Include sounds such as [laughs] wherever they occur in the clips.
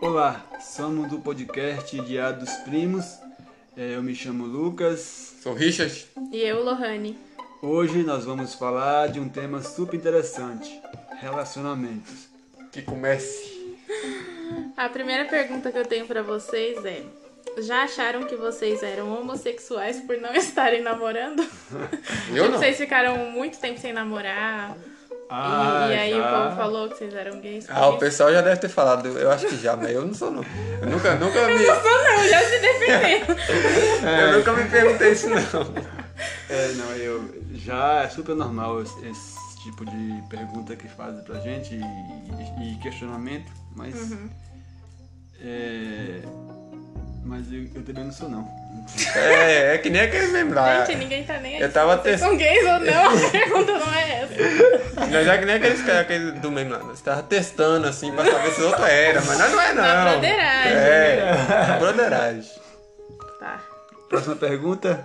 Olá, somos do podcast Dia dos Primos. É, Eu me chamo Lucas. Sou Richard. E eu, Lohane. Hoje nós vamos falar de um tema super interessante: relacionamentos. Que comece. A primeira pergunta que eu tenho pra vocês é: já acharam que vocês eram homossexuais por não [laughs] estarem namorando? Eu não. Vocês ficaram muito tempo sem namorar. Ah, e, e aí o povo falou que vocês eram gays. por Ah, o isso. pessoal já deve ter falado. Eu acho que já, mas eu não sou não. Eu nunca, nunca me, Não, não, já se defendeu. [laughs] eu nunca me perguntei isso não. É, não, eu já é super normal esse, esse tipo de pergunta que fazem pra gente e, e- e questionamento, mas Uhum. é, mas eu, eu também não sou não. É, é que nem aquele meme lá. Gente, ninguém tá nem aí. Eu tava Vocês são gays ou não? A pergunta não é essa. Nós é que nem aqueles caras aquele do meme lá. Nós tava testando assim pra saber se o outro era, mas nós não é não. Na broderagem, É, na broderagem. Tá. Próxima pergunta.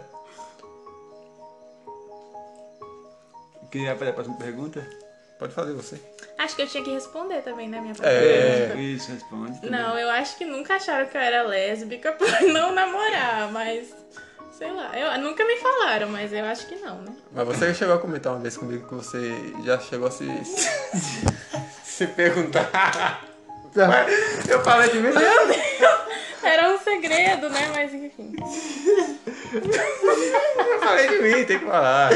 Quem vai fazer a próxima pergunta? Pode fazer você. Acho que eu tinha que responder também, né, minha É. pergunta. Isso, responde. também. Não, eu acho que nunca acharam que eu era lésbica [laughs] por não namorar, mas sei lá, eu, nunca me falaram, mas eu acho que não, né? Mas você chegou a comentar uma vez comigo que você já chegou a se. [laughs] se perguntar. Tá. Mas eu falei de mim mesmo. Era um segredo, né? Mas enfim. Eu falei Ah, de mim, tem que falar.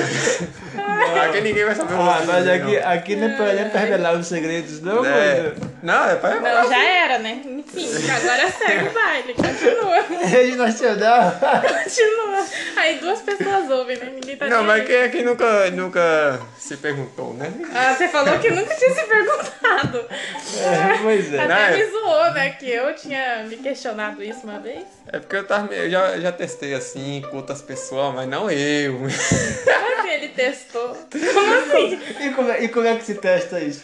Aqui ninguém vai saber o Ah, rosto mas de mim, aqui, não. aqui não é pra, não é pra revelar os segredos, não, É. [laughs] mano. Não, é pra. Não, já era, né? Enfim, agora segue o baile, continua, [laughs] Rede Nacional. continua. Aí duas pessoas ouvem, né? Ninguém tá Não, nem mas aí. quem aqui nunca, nunca se perguntou, né? Ah, você falou que nunca tinha se perguntado. É, pois é. Até Né? me zoou, né? Que eu tinha me questionado isso uma vez. É porque eu, tava, meio- eu já, eu já testei assim com outras pessoas, mas não eu. [laughs] Como assim ele testou? Como assim? E como, é, e como é que se testa isso?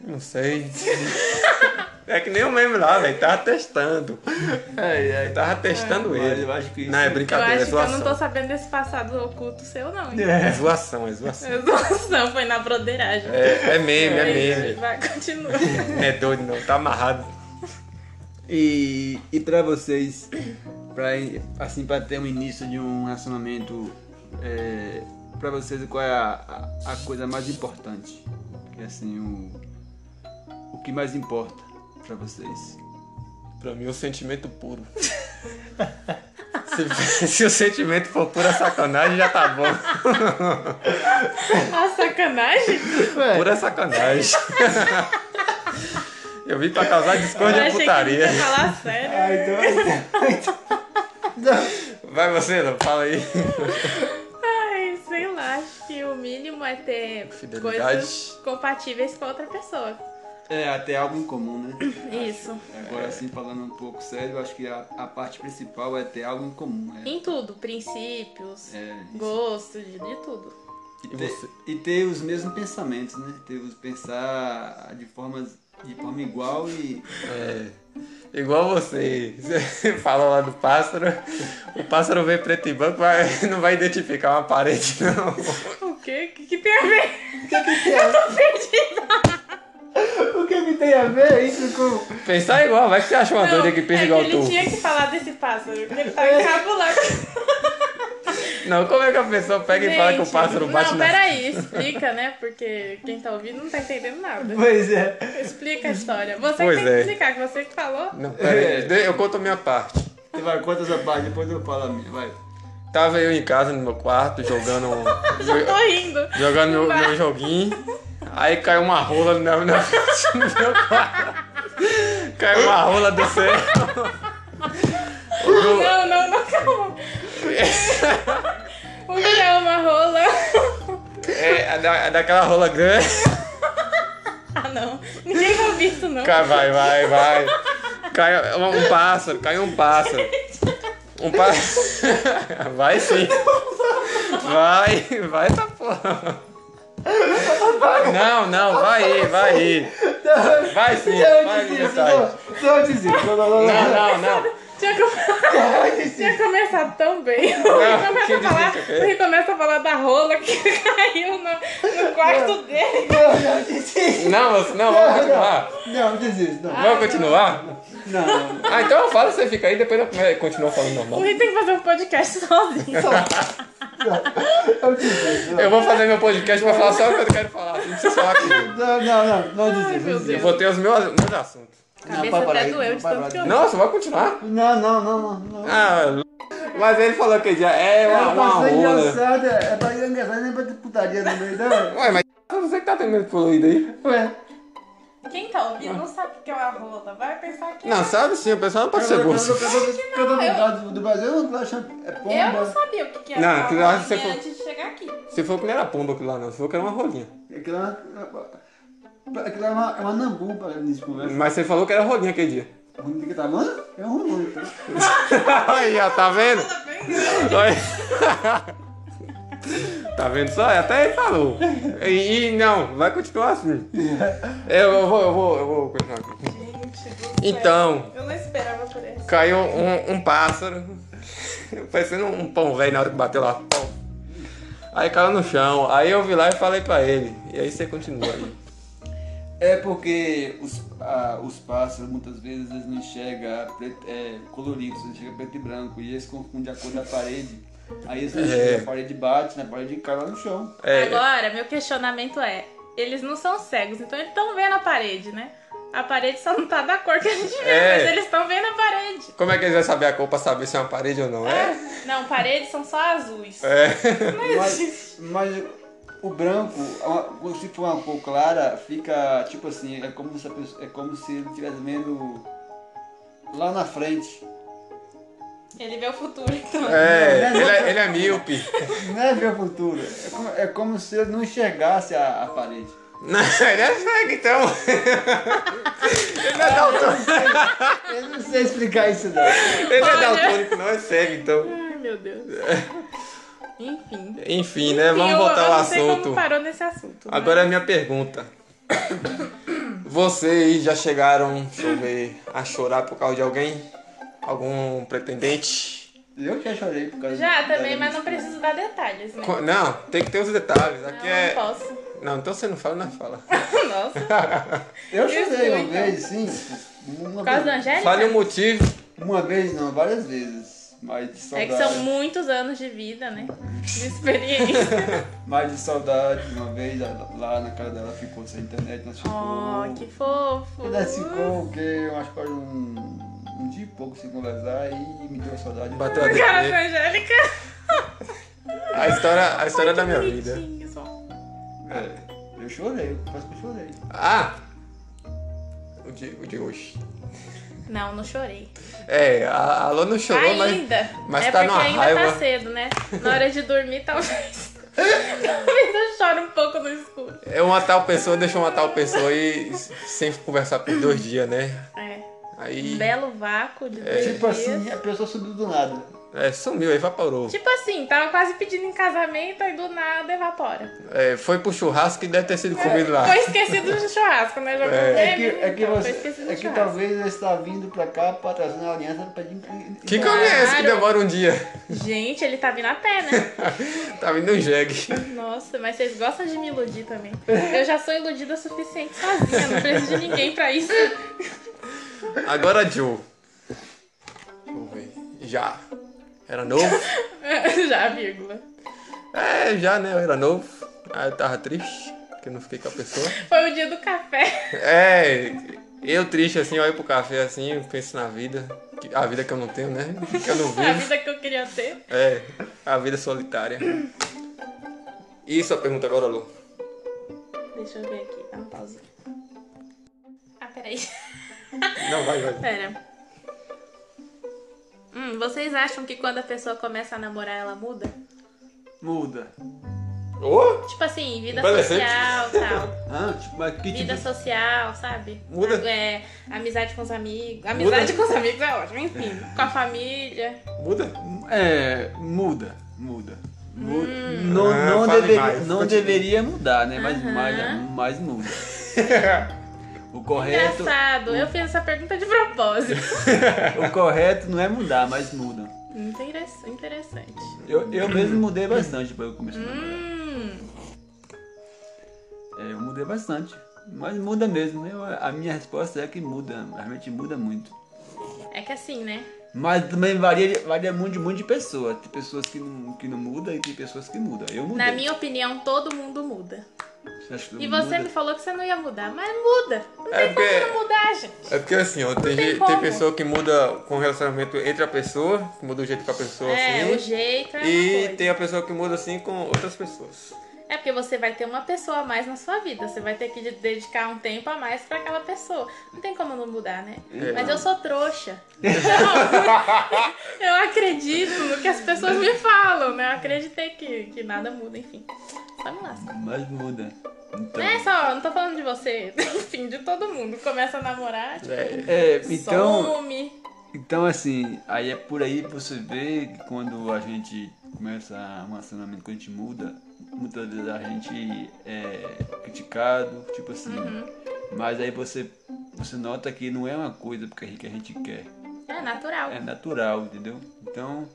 Não sei. É que nem o meme lá, velho. Tava testando. Ai, ai. Eu tava testando Mas ele. eu acho que isso- Não, é Eu brincadeira, é acho que eu zoação. não tô sabendo desse passado oculto seu, não. hein? É É. zoação, é zoação. Eu não- Não, foi na broderagem. É, é meme, é Mas meme. Vai, continua. [laughs] Não é doido não, tá amarrado. E, e pra vocês, pra, assim, pra ter um início de um relacionamento, é, pra vocês qual é a, a- a coisa mais importante? Que assim, o, o que mais importa pra vocês? Pra mim, o sentimento puro. [laughs] Se, se o sentimento for pura sacanagem, já tá bom. A sacanagem? Pura sacanagem. Eu vim pra causar Eu discórdia e achei que putaria. ele ia falar sério. Ai, então, então, então. Vai você, não, fala aí. Ai, sei lá, acho que o mínimo é ter Fidelidade. coisas compatíveis com a outra pessoa. É, até algo em comum, né? Isso. Agora, assim, falando um pouco sério, acho que a, a parte principal é ter algo em comum, né? Em tudo, princípios, É, isso. gosto, de, de tudo. E E ter, você? e ter os mesmos pensamentos, né? Ter os pensar de forma, de forma igual e. É, igual você. Você fala lá do pássaro. O pássaro vê preto e branco, mas não vai identificar uma parede, não. O quê? O que, que tem a ver? O que [laughs] que tem a ver? [laughs] O que que tem a ver isso com... Pensar igual, vai que você acha uma Não, doida que pensa é igual que tu. ele tinha que falar desse pássaro, porque ele tá encabulado. Não, como é que a pessoa pega e fala que o Gente, pássaro bate Não, na. [laughs] peraí, explica, né? Porque quem tá ouvindo não tá entendendo nada. Pois é. Explica a história. Você Pois que tem é. que explicar, que você que falou. Não, peraí, de- eu conto a minha parte. Você vai, conta essa parte, depois eu falo a minha, vai. Tava eu em casa no meu quarto jogando. um Já tô rindo. jogando meu, meu joguinho. Aí caiu uma rola na, na frente do meu quarto. Caiu uma rola do céu. Não, não, não, calma. O que é uma rola? [laughs] É, a da- a daquela rola grande. Ah, não. Ninguém vai ouvir isso, não. Cai, vai, vai, vai. Caiu um, um pássaro, caiu um pássaro. Um pássaro. [laughs] Vai sim. Vai, vai essa porra. Não, não, vai aí, vai aí. Vai sim, vai Não, desisto, aniversário. não. Não, desisto. Não, não, não, Não, não. não, não. Tinha, come- Não, desisto. [laughs] Tinha começado tão bem. [laughs] Ele Não, que é? começa a falar, desliga, cara. [laughs] ele começa a falar da rola que caiu no, no quarto dele. Não, não, desisto. Não, você- não, vamos continuar. Não, desiste. Não, Vamos continuar? não, não. Ah, então eu falo, você fica aí, depois eu come- continuo falando O normal. Rui tem que fazer um podcast sozinho. Eu desisto. Eu vou fazer meu podcast pra falar só o que eu quero falar. Não precisa falar comigo. Não, não, não. Não Ai, desisto. meu Eu Deus. botei os meus, meus assuntos. Cabeça pode parar até aí, doeu de pode tanto que eu... Nossa, vai continuar? Não, não, não, não. não. Ah, mas ele falou que já é uma, Ela uma passou rola. engraçada. É pra ir engraçada, não é pra ter putaria no meio dela. Ué, mas você que tá tendo medo poluído aí? Ué. Quem tá ouvindo não sabe o que é uma rola. Vai pensar que... é Não, sabe sim, o pessoal não pode ser burro. Cada lugar do- do Brasil eu não acho é Eu não pomba. sabia o que que era Não, uma aquilo lá você rolinha foi- antes de chegar aqui. Se for que não era pomba aquilo lá, não. Se for que era uma rolinha. Aquilo é uma- aquilo é uma, é uma nambu pra gente conversa. Mas você falou que era rolinha aquele dia. [laughs] O único que tá falando é um ruim. aí, ó, tá vendo? Olha. Tá vendo só? Até ele falou. E, e não, vai continuar assim. Eu, eu vou, eu vou, eu vou continuar aqui. Gente do céu. Então. Eu não esperava por essa. Caiu um, um pássaro, parecendo um pão velho na hora que bateu lá. pão. Aí caiu no chão, aí eu vi lá e falei pra ele. E aí você continua aí. É porque os, ah, os pássaros muitas vezes eles não enxergam preto, é, colorido, eles enxergam preto e branco e eles confundem a cor da parede. Aí eles não enxergam, a parede bate, na parede e cai lá no chão. É, Agora, meu questionamento é: eles não são cegos, então eles estão vendo a parede, né? A parede só não tá da cor que a gente vê, É. mas eles estão vendo a parede. como é que eles vão saber a cor pra saber se é uma parede ou não? É? Não, paredes são só azuis. É. Não existe. [laughs] Mas, mas o branco, a- se for uma cor clara, fica tipo assim, é como se, a pessoa- é como se ele estivesse vendo lá na frente. Ele vê o futuro, então. É, ele é, ele é míope. Não é ver o futuro, é como, é como se ele não enxergasse a, a parede. Não, ele é cego então. Ele não é daltônico. Eu não sei explicar isso não. Ele não é daltônico, não, é cego então. Ai, meu Deus. Enfim. Enfim, né? Enfim, É. Vamos eu, voltar eu ao não sei assunto. como parou nesse assunto. né? mas- Agora é a minha pergunta. Vocês já chegaram, deixa eu ver, a chorar por causa de alguém? Algum pretendente? Eu já chorei por causa Já da- também, da- mas não preciso dar detalhes, né? é- Co- Não, tem que ter os detalhes. Aqui Não, É, é. não posso. [laughs] Não, então você não fala, não fala. Nossa. Eu chorei uma Então. vez, sim. Uma Por causa da vez, Angélica? Fale o motivo. uma vez não, várias vezes. Mas de É saudade. que são muitos anos de vida, né? De experiência. Mas de saudade, uma vez lá- lá na casa dela ficou sem internet, nós ficou. oh, que fofo. Nós ficou que eu acho que foi um, um dia e pouco sem conversar e me deu saudade. Bateu a Cara da DP. Angélica. A história, a história Ai, que da minha vida. bonitinho, só. É, eu chorei, quase que eu chorei. Ah! O de, o de hoje. Não, não chorei. É, a, a Lô não chorou, mas. ainda. mas é tá porque numa ainda raiva. tá cedo, né? Na hora de dormir, [laughs] talvez. talvez eu chore um pouco no escuro. É uma tal pessoa, deixou uma tal pessoa e sem conversar por dois dias, né? É. Um Aí. belo vácuo de dois Tipo dias. assim, a pessoa subiu do nada. É, sumiu, evaporou. Tipo assim, tava quase pedindo em casamento e do nada evapora. É, foi pro churrasco e deve ter sido comido lá. Foi esquecido do churrasco, né? Já Ah. É. É que, é que, Foi você, esquecido é do que churrasco. talvez ele está vindo pra cá pra trazer uma aliança pra gente. Que coisa é essa que Claro. demora um dia? Gente, ele tá vindo a pé, [laughs] né? Tá vindo um jegue. Nossa, mas vocês gostam de me iludir também. Eu já sou iludida o suficiente sozinha, não preciso de ninguém pra isso. Agora Joe. Deixa eu ver. Já. Era novo? [laughs] já, vírgula. É, já, né? Eu era novo. Aí eu tava triste, porque eu não fiquei com a pessoa. Foi o dia do [laughs] café. É, eu triste assim, eu olho pro café assim, eu penso na vida. que- A vida que eu não tenho, né? Que eu não A vivo. vida que eu queria ter. É, a vida solitária. E sua pergunta agora, Lu? Deixa eu ver aqui, dá uma pausa. Ah, peraí. [laughs] Não, vai, vai. Pera. Hum, vocês acham que quando a pessoa começa a namorar, ela muda? Muda. Ô, Tipo assim, vida Adolescente. social [laughs] tal. Ah, tipo, mas que Vida tipo. social, sabe? Muda. É, amizade com os amigos. Amizade com os amigos é ótimo, enfim. Com a família. muda. É, muda, muda. Muda. Ah, Não, não, fale deveria- mais, não continue. deveria mudar, né? Mas, Hum. Aham. mais, mais [laughs] muda. O correto, Engraçado, eu fiz essa pergunta de propósito. [laughs] o correto não é mudar, mas muda. Interess- interessante. Eu, eu mesmo mudei bastante depois que eu comecei a namorar. Hum. É, eu mudei bastante. Mas muda mesmo. né? Eu- a minha resposta é que muda. Realmente muda muito. É que assim, né? Mas também varia, de- varia muito, de- muito de pessoa. Tem pessoas que não, que não mudam e tem pessoas que mudam. Eu mudei. Na minha opinião, todo mundo muda. Você acha que E muda? você me falou que você não ia mudar, mas muda. Não É tem porque- como não mudar, gente. É porque assim, ó, tem, tem ge- tem como. pessoa que muda com o relacionamento entre a pessoa, que muda o jeito com a pessoa É, assim. o jeito é uma E coisa. tem a pessoa que muda assim com outras pessoas. É porque você vai ter uma pessoa a mais na sua vida. Você vai ter que dedicar um tempo a mais pra aquela pessoa. Não tem como não mudar, né? É. Mas eu sou [laughs] trouxa. [laughs] Então, eu acredito no que as pessoas me falam, né? Eu acreditei que, que nada muda, enfim. Só me lasca. Mas muda. Então, Não é só, não tô falando de você. [laughs] Enfim, de todo mundo. Começa a namorar, tipo, É, é, então, some. então, assim, aí é por aí que você vê que quando a gente começa um relacionamento, quando a gente muda, muitas vezes a gente é criticado, tipo assim. Uhum. Mas aí você, você nota que não é uma coisa porque que a gente quer. É natural. é natural, entendeu? Então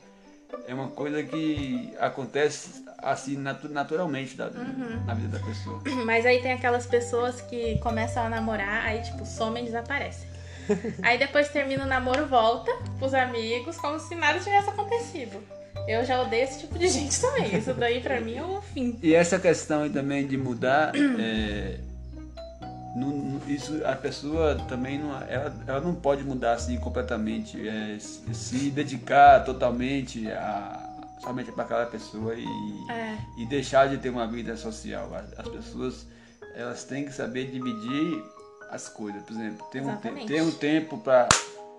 é uma coisa que acontece assim natu- naturalmente da- na vida da pessoa. [clears throat] Mas aí tem aquelas pessoas que começam a namorar, aí tipo, somem e desaparecem. aí depois termina o namoro, volta pros amigos, como se nada tivesse acontecido. Eu já odeio esse tipo de gente também. Isso daí pra mim é o fim. E essa questão aí também de mudar, é, não- não- isso a pessoa também não, ela, ela não pode mudar assim completamente, é, se se dedicar totalmente a somente para aquela pessoa e É. e deixar de ter uma vida social. As, as pessoas elas têm que saber dividir as coisas. Por exemplo, tem um, te Exatamente. tem um tempo pra.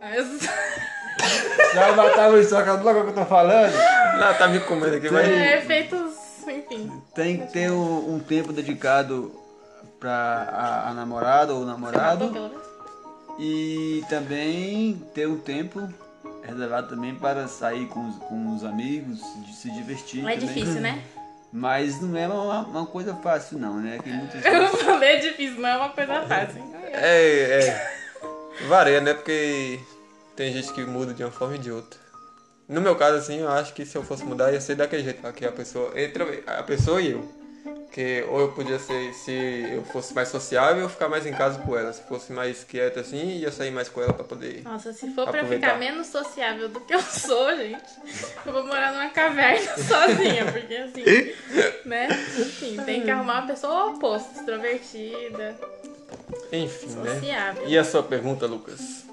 Mas- [laughs] Você vai matar o soca logo que eu tô falando? ela tá me comendo aqui, vai. É, efeitos, enfim. Tem que ter um, um tempo dedicado pra a, a namorada ou Matou, namorado. pelo menos. E também ter um tempo reservado também para sair com os, com os amigos, de se divertir. Não é também. difícil, né? [laughs] Mas não é uma, uma coisa fácil não, né? Tem [laughs] muitas Eu falei é difícil, não é uma coisa fácil. É, é. Varia, né? Porque tem gente que muda de uma forma e de outra. No meu caso, assim, eu acho que se eu fosse mudar, ia ser daquele jeito lá, que a pessoa. Entre a pessoa e eu. Que ou eu podia ser, se eu fosse mais sociável, eu ficar mais em casa com ela. Se fosse mais quieto assim, ia sair mais com ela pra poder. Nossa, se for pra Aproveitar. ficar menos sociável do que eu sou, gente, eu vou morar numa caverna [laughs] sozinha, porque assim, né? Enfim, tem que arrumar uma pessoa oposta, extrovertida, Enfim, né? sociável. E a sua pergunta, Lucas?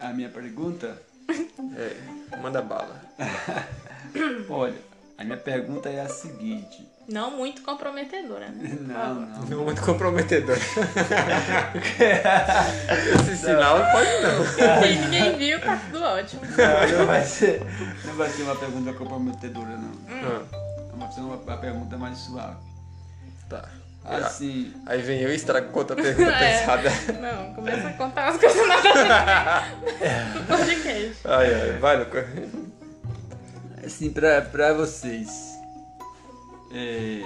A minha pergunta? É, manda bala. Olha, a minha pergunta é a seguinte. Não muito comprometedora, né? Não, não. Não é muito comprometedor. [laughs] Esse sinal não pode não. Quem ninguém viu, tá tudo ótimo. Não, não vai ser, não vai ser uma pergunta comprometedora, não. Ah, Vai ser uma, uma pergunta mais suave. tá. Assim, Aí vem eu e estrago com outra pergunta [laughs] [laughs] É. pesada. Não, começa a contar as coisas nada a ver do podcast. Ai, ai, vai, Lucas. assim pra, pra vocês, é,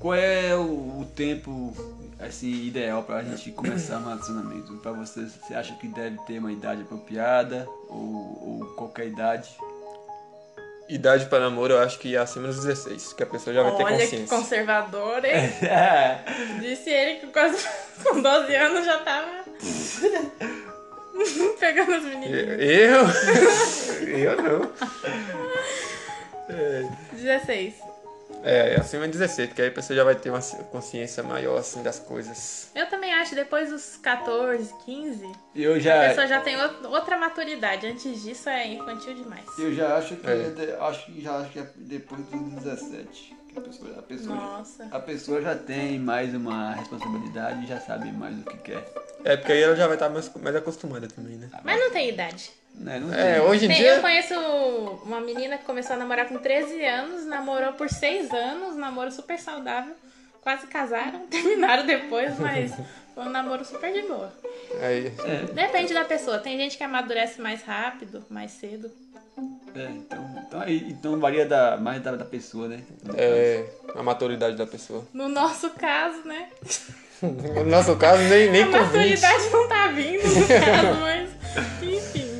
qual é o, o tempo assim, ideal pra gente começar um relacionamento? Pra vocês, você acha que deve ter uma idade apropriada ou, ou qualquer idade? [laughs] Idade para namoro, eu acho que é acima dos 16, que a pessoa já vai ter Olha que consciência. conservador, É. hein? Disse ele que quase [laughs] com 12 anos já tava [laughs] pegando as menininhas. Eu? [laughs] eu não. 16. É, é acima de 16, porque aí a pessoa já vai ter uma consciência maior, assim, das coisas. Eu também acho, depois dos 14, 15, Eu É. a já, pessoa já tem o- outra maturidade. Antes disso é infantil demais. Eu já acho que É. de- acho que já acho que é depois dos 17. que a pessoa, a pessoa já- Nossa. a pessoa já tem mais uma responsabilidade e já sabe mais o que quer. É, porque aí ela já vai estar mais, mais acostumada também, né? Mas não tem idade. Né? Não É, tem. hoje em Tem- dia... eu conheço uma menina que começou a namorar com 13 anos, namorou por 6 anos, namoro super saudável. Quase casaram, [laughs] terminaram depois, mas foi um namoro super de boa. Aí, Depende da pessoa. Tem gente que amadurece mais rápido, mais cedo. É, então, então, aí- então varia da, mais da, da pessoa, né? é a maturidade da pessoa. No nosso caso, né? No nosso caso, nem, nem a com 20. maturidade não tá vindo, no [laughs] caso, mas. Enfim.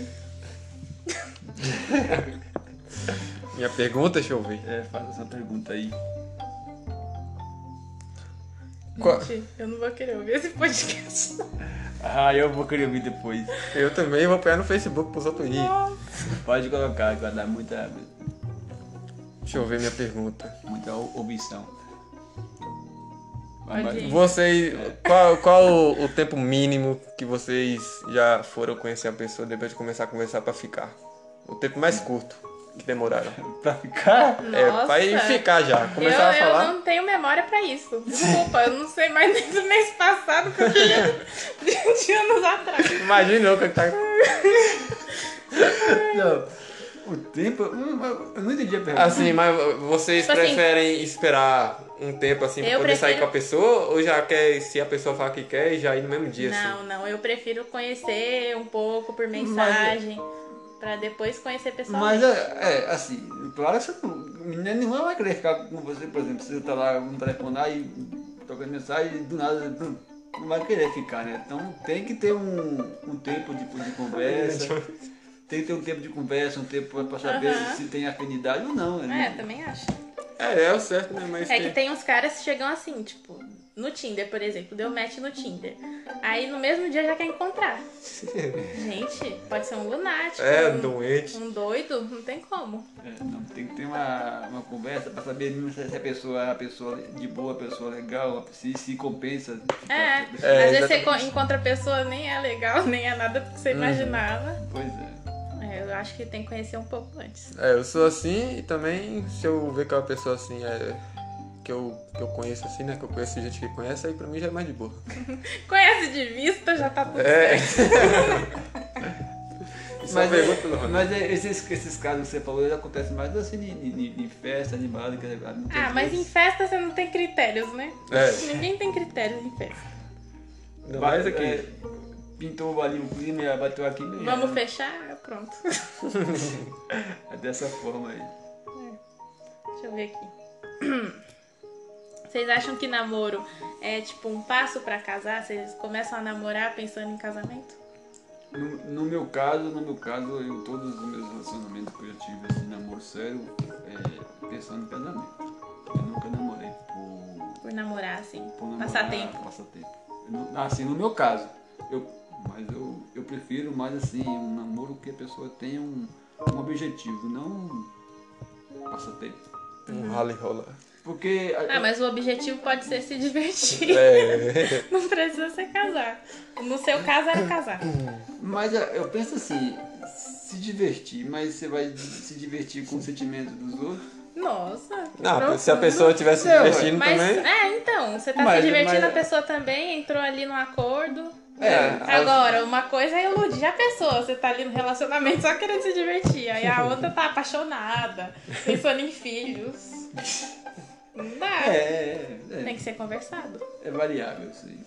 Minha pergunta, deixa eu ver. É, faz essa pergunta aí. Qua- Gente, eu não vou querer ouvir esse podcast. Ah, eu vou querer ouvir depois. Eu também vou pegar no Facebook pros outros rir. Pode colocar, que vai dar muita, Deixa eu ver minha pergunta. muita omissão. Pode ir. Vocês. Qual, qual o, o tempo mínimo que vocês já foram conhecer a pessoa depois de começar a conversar pra ficar? O tempo mais curto que demoraram. Pra ficar? É, pra ir Nossa. ficar já. Eu, Começar a eu falar. não tenho memória pra isso. Desculpa, eu não sei mais nem do mês passado, porque [laughs] eu de, de anos atrás. Imagina eu que tá. Não. O tempo. hum, eu eu não entendi a pergunta. Assim, mas vocês Tipo assim- preferem esperar um tempo assim pra Eu poder sair com prefiro- a pessoa? Ou já quer, se a pessoa falar que quer, já ir no mesmo dia assim? Não, não, eu prefiro conhecer um pouco por é. mensagem, pra depois conhecer pessoalmente. Mas é, é, assim, claro que você não, menina nenhuma vai querer ficar com você, por exemplo, você tá lá no telefone lá e tocando mensagem e do nada não, não vai querer ficar, né? Então tem que ter um, um tempo de, de É, conversa. Tem que ter um tempo de conversa, um tempo pra saber Aham. se tem afinidade ou não. É, né? também acho. É, é o certo, né? Mas É tem- que tem uns caras que chegam assim, tipo, no Tinder, por exemplo, deu match no Tinder. Aí no mesmo dia já quer [laughs] encontrar. Gente, pode ser um lunático. É, um, doente. um doido, não tem como. É, não, tem que ter uma, uma conversa pra saber mesmo se se a pessoa é uma pessoa de boa, uma pessoa legal, se, se compensa. ficar- É, É, às vezes você exatamente. co- encontra a pessoa, nem é legal, [laughs] nem é nada do que você imaginava. Pois é. É, eu acho que tem que conhecer um pouco antes. É, eu sou assim e também se eu ver que é uma pessoa assim é. Que eu, que eu conheço assim, né? Que eu conheço gente que conhece, aí pra mim já é mais de boa. Conhece de vista, já tá tudo [laughs] É. certo. Isso é Mas, uma pergunta, é, Lohane. mas é, esses, esses casos que você falou, eles acontecem mais assim em, em, em festa, animada, que é não tem Ah, mas em vezes. festa você não tem critérios, né? É. Ninguém tem critérios em festa. Ainda Ba- mais aqui. é, pintou ali o clima e bateu aqui. né? Vamos fechar? Pronto. É dessa forma aí. Deixa eu ver aqui. [clears throat] Vocês acham que namoro é tipo um passo pra casar? Vocês começam a namorar pensando em casamento? No, no meu caso, no meu caso, eu, todos os meus relacionamentos que eu já tive assim, namoro sério, é, pensando em casamento. Eu nunca namorei por Por namorar, assim. Por namorar, Passar tempo. Passatempo. No- Assim, no meu caso, eu, mas eu, eu prefiro mais assim, um namoro que a pessoa tenha um, um objetivo, não um passatempo. Um rally rola. [laughs] Porque. a- Ah, mas o objetivo pode ser se divertir. É. [laughs] Não precisa ser casar. No seu caso era casar. Mas ah, eu penso assim, se divertir, mas você vai se divertir com o sentimento dos outros. Nossa. Não, se a profundo. pessoa tivesse Não, investindo Mas, também. é, então, você tá Mas- se divertindo, mas- a pessoa também entrou ali num acordo. É. Agora, uma coisa é iludir a pessoa. Você tá ali no relacionamento só querendo se divertir. Aí a outra tá apaixonada, [laughs] pensando em filhos. Não dá. É, é, Tem é, que ser conversado. [laughs] é variável, sim.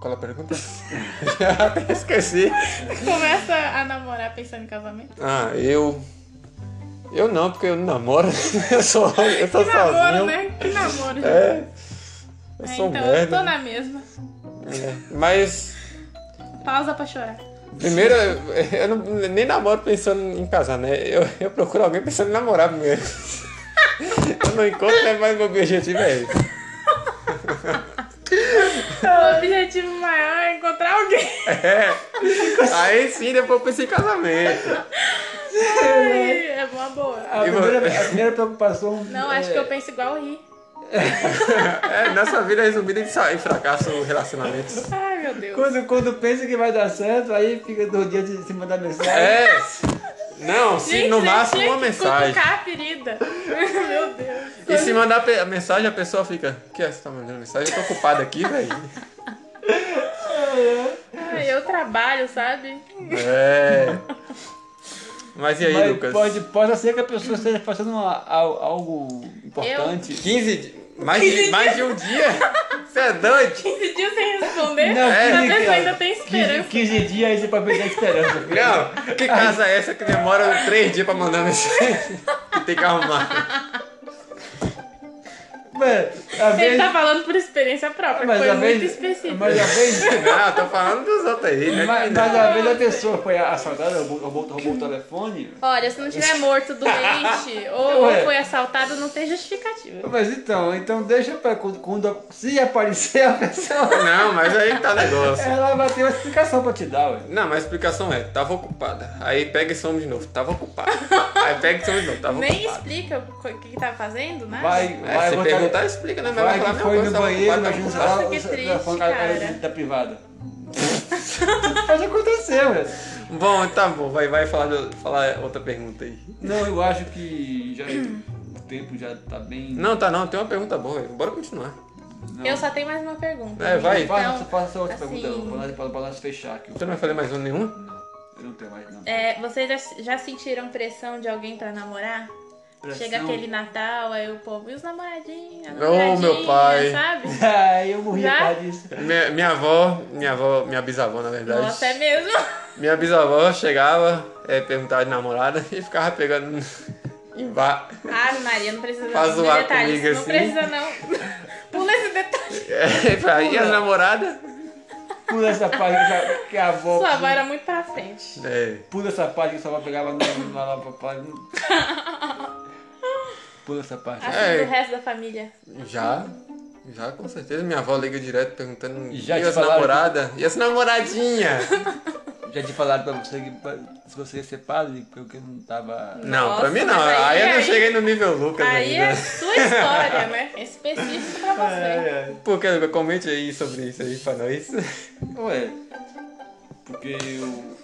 Qual a pergunta? [laughs] já até esqueci. Começa a namorar pensando em casamento. Ah, eu. Eu não, porque eu não namoro. [laughs] Eu sou, eu sou Que namoro, sozinho. né? Que namoro. É. Eu É, sou então, eu merda. tô na mesma. É, Mas. Pausa pra chorar. Primeiro, eu não, nem namoro pensando em casar, né? Eu, eu procuro alguém pensando em namorar primeiro. [laughs] Eu não encontro, né? mas meu objetivo é esse. O objetivo maior é encontrar alguém. É. Aí sim, depois eu pensei em casamento. [laughs] né? Ai, é uma boa. A E vo- [laughs] primeira, a primeira preocupação. Não, acho que eu penso igual o Ri. É, nossa vida é resumida em sa- em fracasso relacionamentos. Ai, meu Deus. Quando, quando pensa que vai dar certo, aí fica dois dias de se mandar mensagem. É. Não, se Gente, no você máximo tinha uma que mensagem. cutucar a ferida. [laughs] Meu Deus. E se mandar pe- a mensagem, a pessoa fica: O que é? Você tá mandando mensagem? Eu tô ocupada aqui, velho. Ai, eu trabalho, sabe? É. Mas e aí, Mas Lucas? Pode, pode ser que a pessoa esteja fazendo uma- al- algo importante. 15 di- mais, de, mais de um dia? Você é doido? 15 dias sem responder, Não, mas a 15 pessoa ainda dias. tem 15, esperança. 15 dias aí você pode perder a esperança. filho. Não, que casa é essa que demora três dias pra mandar mensagem? Que tem que arrumar. Mas, às Ele vezes- tá falando por experiência própria, mas foi às muito vezes- específico. Mas às vezes- Ah, tô falando dos outros aí, né? mas- que mas não. às vezes a pessoa foi assaltada, roubou, roubou, roubou o telefone. Olha, se não tiver [laughs] morto, doente ou Ué. foi assaltado, não tem justificativa. Mas então, então deixa pra quando, quando se aparecer a pessoa, Não, mas aí que tá o negócio. ela vai ter uma explicação pra te dar, ué. Não, mas a explicação é, tava ocupada. Aí pega e some de novo, tava ocupada. Aí pega e some de novo, tava Nem ocupada. explica o co- que, que tá fazendo, né? Vai, É, vai, se vou te- perguntar, explica, né? Mas vai falar, que não, foi eu no tava banheiro, ocupada, imagina você tava lá, Nossa, que você- triste, telefone, a- a- cara. da [laughs] privada. Pode acontecer, ué. ocupada. Bom, tá bom, vai, vai falar, do- falar outra pergunta aí. Não, eu acho que já o tempo já tá bem. Não, tá não, tem uma pergunta boa, velho. Bora continuar. não. Eu só tenho mais uma pergunta. É, vai. Faça, faça outra assim- pergunta pra nós, pra, pra nós fechar aqui. Você não vai fazer mais um uma nenhuma? Eu não tenho mais, não. [laughs] É, vocês já, já sentiram pressão de alguém pra namorar? Pressão. Chega aquele Natal, aí o povo, e os namoradinhos? a Oh, meu namoradinha", pai. Sabe? Ah, eu morri por Já? causa disso. Minha, minha avó, minha avó, minha bisavó, na verdade. Nossa, é mesmo? [laughs] Minha bisavó chegava, é, perguntava de namorada [laughs] e ficava pegando em bar. Ave Maria, não precisa Pra não. zoar detalhes, comigo, não assim. precisa não. [laughs] Pula esse detalhe. É, [laughs] pra ir as namoradas. Pula essa parte que a- que a avó. Sua avó era muito pra frente. É. Pula essa parte que só vai pegar lá lá papai. [laughs] Pula essa parte. Assim É. do resto da família. Já, já com certeza. Minha avó liga direto perguntando. E já e te as falaram namoradas? E as namoradinhas? Já te falaram pra você que pra- se você ia ser padre, porque não tava. Não, Nossa, pra mim não. mas Aí, aí- é eu não aí- cheguei no nível Lucas Aí é ainda. sua história, né? É Específico pra É, É, você. Por que, Lucas? Comente aí sobre isso aí pra nós. Ué. é. Porque eu.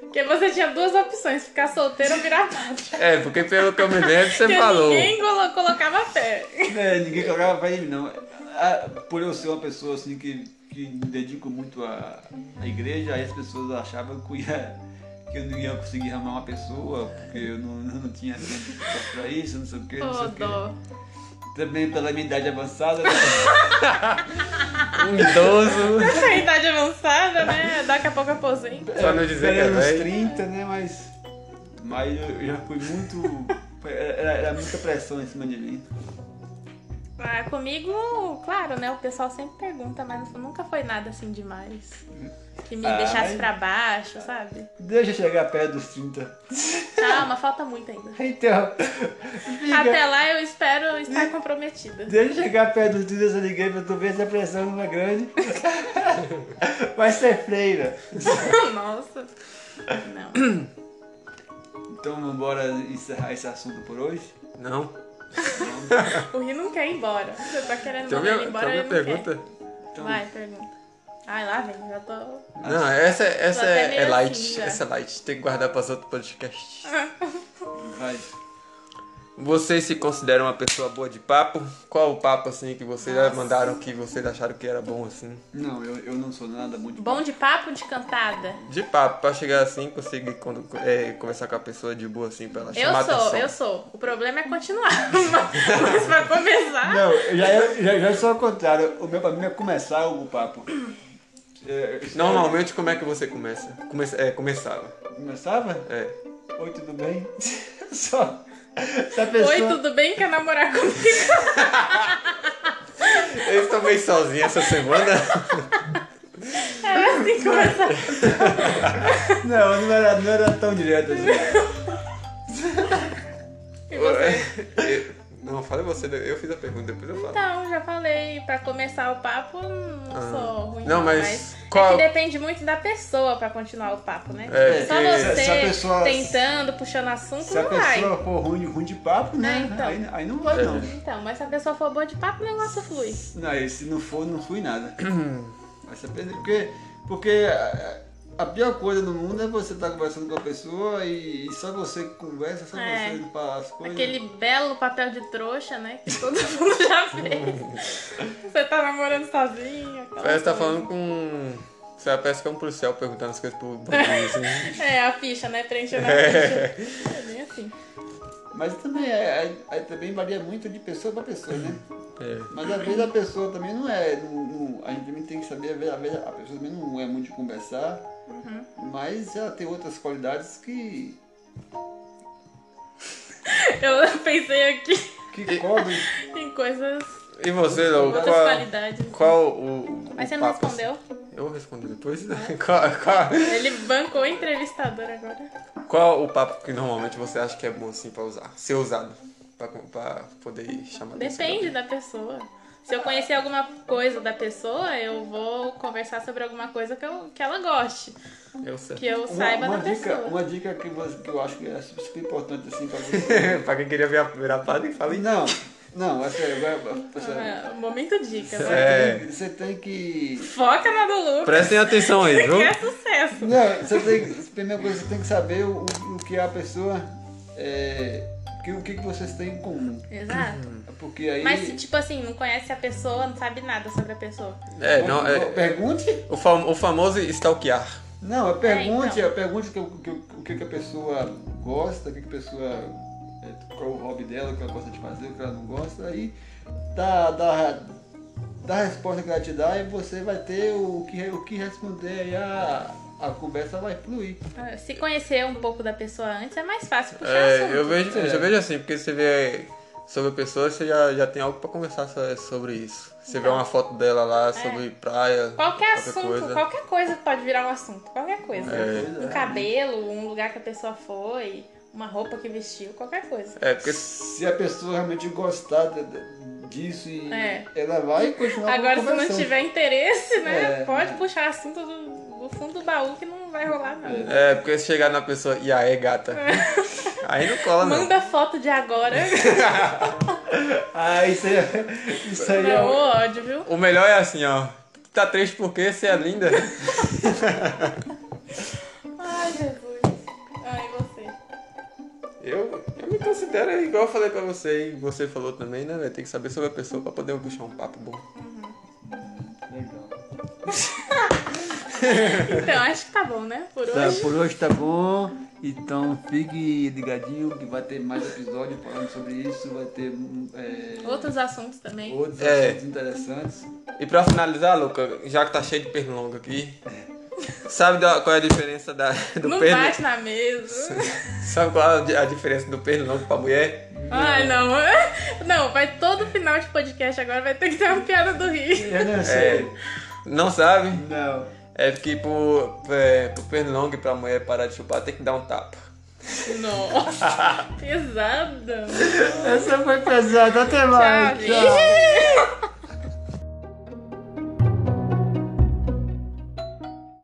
Porque você tinha duas opções, ficar solteiro ou virar padre. É, porque pelo que eu me lembro, [laughs] você Porque falou. ninguém colo- colocava fé. É, ninguém colocava pra ele, não. Ah, Por eu ser uma pessoa assim que, que me dedico muito à, à igreja, aí as pessoas achavam que eu, ia, que eu não ia conseguir amar uma pessoa, porque eu não, não tinha tempo pra isso, não sei o que, não sei Ô, o que. dó. Também pela minha idade avançada, né? Um idoso. [laughs] Essa idade tá avançada, né? Daqui a pouco aposenta. Só não dizer que é Era uns velho. 30, né? Mas. Mas eu eu já fui muito. Era, era muita pressão em cima de mim. Ah, comigo, claro, né? O pessoal sempre pergunta, mas nunca foi nada assim demais. Que me Ah, deixasse mas- pra baixo, sabe? Deixa eu chegar perto dos 30. Calma, falta muito ainda. Então. [laughs] fica- Até lá eu espero estar [laughs] comprometida. Deixa eu chegar perto dos 30 dessa ninguém pra tu ver se a pressão não é grande. [laughs] Vai ser freira. Nossa. Não. Então vambora encerrar esse assunto por hoje. Não. O Rio não quer ir embora. Você tá querendo Então mandar minha, ele então minha embora, ele não pergunta. Então. quer. Vai, pergunta. Ai, lá vem, já tô... Não, essa, essa até é, meio é light. assim, já. essa é light. Tem que guardar para outros podcasts. Vai. Vocês se consideram uma pessoa boa de papo? Qual o papo assim que vocês já mandaram que vocês acharam que era bom assim? Não, eu, eu não sou nada muito Bom de papo, de cantada. De papo, pra chegar assim, conseguir quando, é, conversar com a pessoa de boa assim, pra ela Eu chamar sou, atenção. eu sou. O problema é continuar. [laughs] Mas pra começar... Não, eu já, eu já, já sou ao contrário. O meu pra mim é começar o papo. É, eu- Normalmente, como é que você começa? Começa, é, começava. Começava? É. Oi, tudo bem? [laughs] Só. Se a pessoa. Oi, tudo bem? Quer namorar comigo? Eu estou meio sozinho essa semana. Era assim que começava. Não, não era, não era tão direto assim. E você? Eu- não, fala você, eu fiz a pergunta, depois eu falo. Então, já falei, pra começar o papo, não Ah. sou ruim. Não, Não, mas É qual- que depende muito da pessoa pra continuar o papo, né? É, Só porque- você Se a pessoa- tentando, puxando assunto, Se a não vai. pessoa for ruim, ruim de papo, né? É, então. aí, aí não vai, não. Então, mas se a pessoa for boa de papo, o negócio flui. Não, e se não for, não fui nada. Vai se aprender, porque, porque a, a pior coisa do mundo é você estar conversando com a pessoa e, e só você que conversa, só É. você que fala as coisas. Aquele belo papel de trouxa, né? Que todo [laughs] mundo já fez. você tá namorando sozinho. aquela Parece que tá coisa. falando com. Você parece que é um policial perguntando as coisas pro banquinho, [laughs] assim. É, a ficha, né? Preenchendo a ficha. É bem assim. Mas também, é, aí- aí também varia muito de pessoa para pessoa, né? É. Mas às vezes a pessoa também não é. não- não- a gente também tem que saber, às vezes- às vezes a pessoa também não é muito de conversar, Uhum. mas ela tem outras qualidades que. Eu pensei aqui. que Que cobre. Tem coisas, E você, Lou, Então outras qual, qualidades. qual o. Mas o você não papo, assim? respondeu? Eu respondi depois. [laughs] qual, qual, Ele bancou o entrevistador agora. qual o papo que normalmente você acha que é bom assim pra usar? Ser usado. Pra, pra poder chamar atenção? Depende da pessoa. Se eu conhecer alguma coisa da pessoa, eu vou conversar sobre alguma coisa que, eu, que ela goste. Eu sei. Que eu Uma, saiba uma da dica, pessoa. uma dica que, você- que eu acho que é super importante assim pra você. [laughs] pra quem queria virar, virar padre, fala [laughs] isso. Não, não, é sério, agora. é sério. Ah, momento dica, vai. É. Você tem que. Foca na do Lucas, Prestem atenção aí, viu? [laughs] que é sucesso. Não, você tem que. Primeira coisa, você tem que saber o, o que a pessoa. É, que, o que que vocês têm em comum. Exato. Porque aí. Mas se, tipo assim, não conhece a pessoa, não sabe nada sobre a pessoa. É, não, é, Pergunte? o, fam- o famoso stalkear. Não, é pergunte, É, é, pergunte o que, o que, o que que a pessoa gosta, o que, que a pessoa. é, qual o hobby dela, o que ela gosta de fazer, o que ela não gosta, aí dá, dá, dá a resposta que ela te dá e você vai ter o que, o que responder e a, a conversa vai fluir. Ah, Se conhecer um pouco da pessoa antes, é mais fácil puxar É, assunto. eu vejo, eu já vejo assim, porque você vê sobre a pessoa, você já, já tem algo pra conversar so- sobre isso. Você vê uma foto dela lá sobre praia, É. Qualquer assunto, qualquer coisa pode virar um assunto. Qualquer coisa. É. Um cabelo, um lugar que a pessoa foi, uma roupa que vestiu, qualquer coisa. É, porque Se a pessoa realmente gostar de- de- disso e É. ela vai continuar Agora, se não conversando. tiver interesse, né? É. pode puxar assunto do, do fundo do baú que não vai rolar nada. é porque se chegar na pessoa e aí, [laughs] gata. Aí não cola Ah, não. Manda foto de agora. Ah, isso aí, isso aí é Não, o- ódio, viu? O melhor é assim, ó. Tá triste porque você é linda. [laughs] Ai, Jesus. Ai, você. Eu, eu me considero igual eu falei pra você e você falou também, né? velho? Tem que saber sobre a pessoa pra poder puxar um papo bom. Legal. Então, acho que tá bom, né? Por Tá, hoje. por hoje tá bom. Então fique ligadinho que vai ter mais episódio falando sobre isso. Vai ter hum, é, Outros assuntos também. outros É. assuntos interessantes. E pra finalizar, Luca, já que tá cheio de pernilongo aqui, sabe da- qual é a diferença da, do não pernilongo? bate na mesa. [laughs] Sabe qual é a diferença do pernilongo pra mulher? Ai, não. [laughs] Não, vai todo final de podcast agora vai ter que ter uma piada do Rio. Eu não sei. Não sabe? Não. É que pro, é, pro pernilongo e pra mulher parar de chupar tem que dar um tapa. Nossa, pesado. Essa foi pesada. Até mais. Tchau, gente.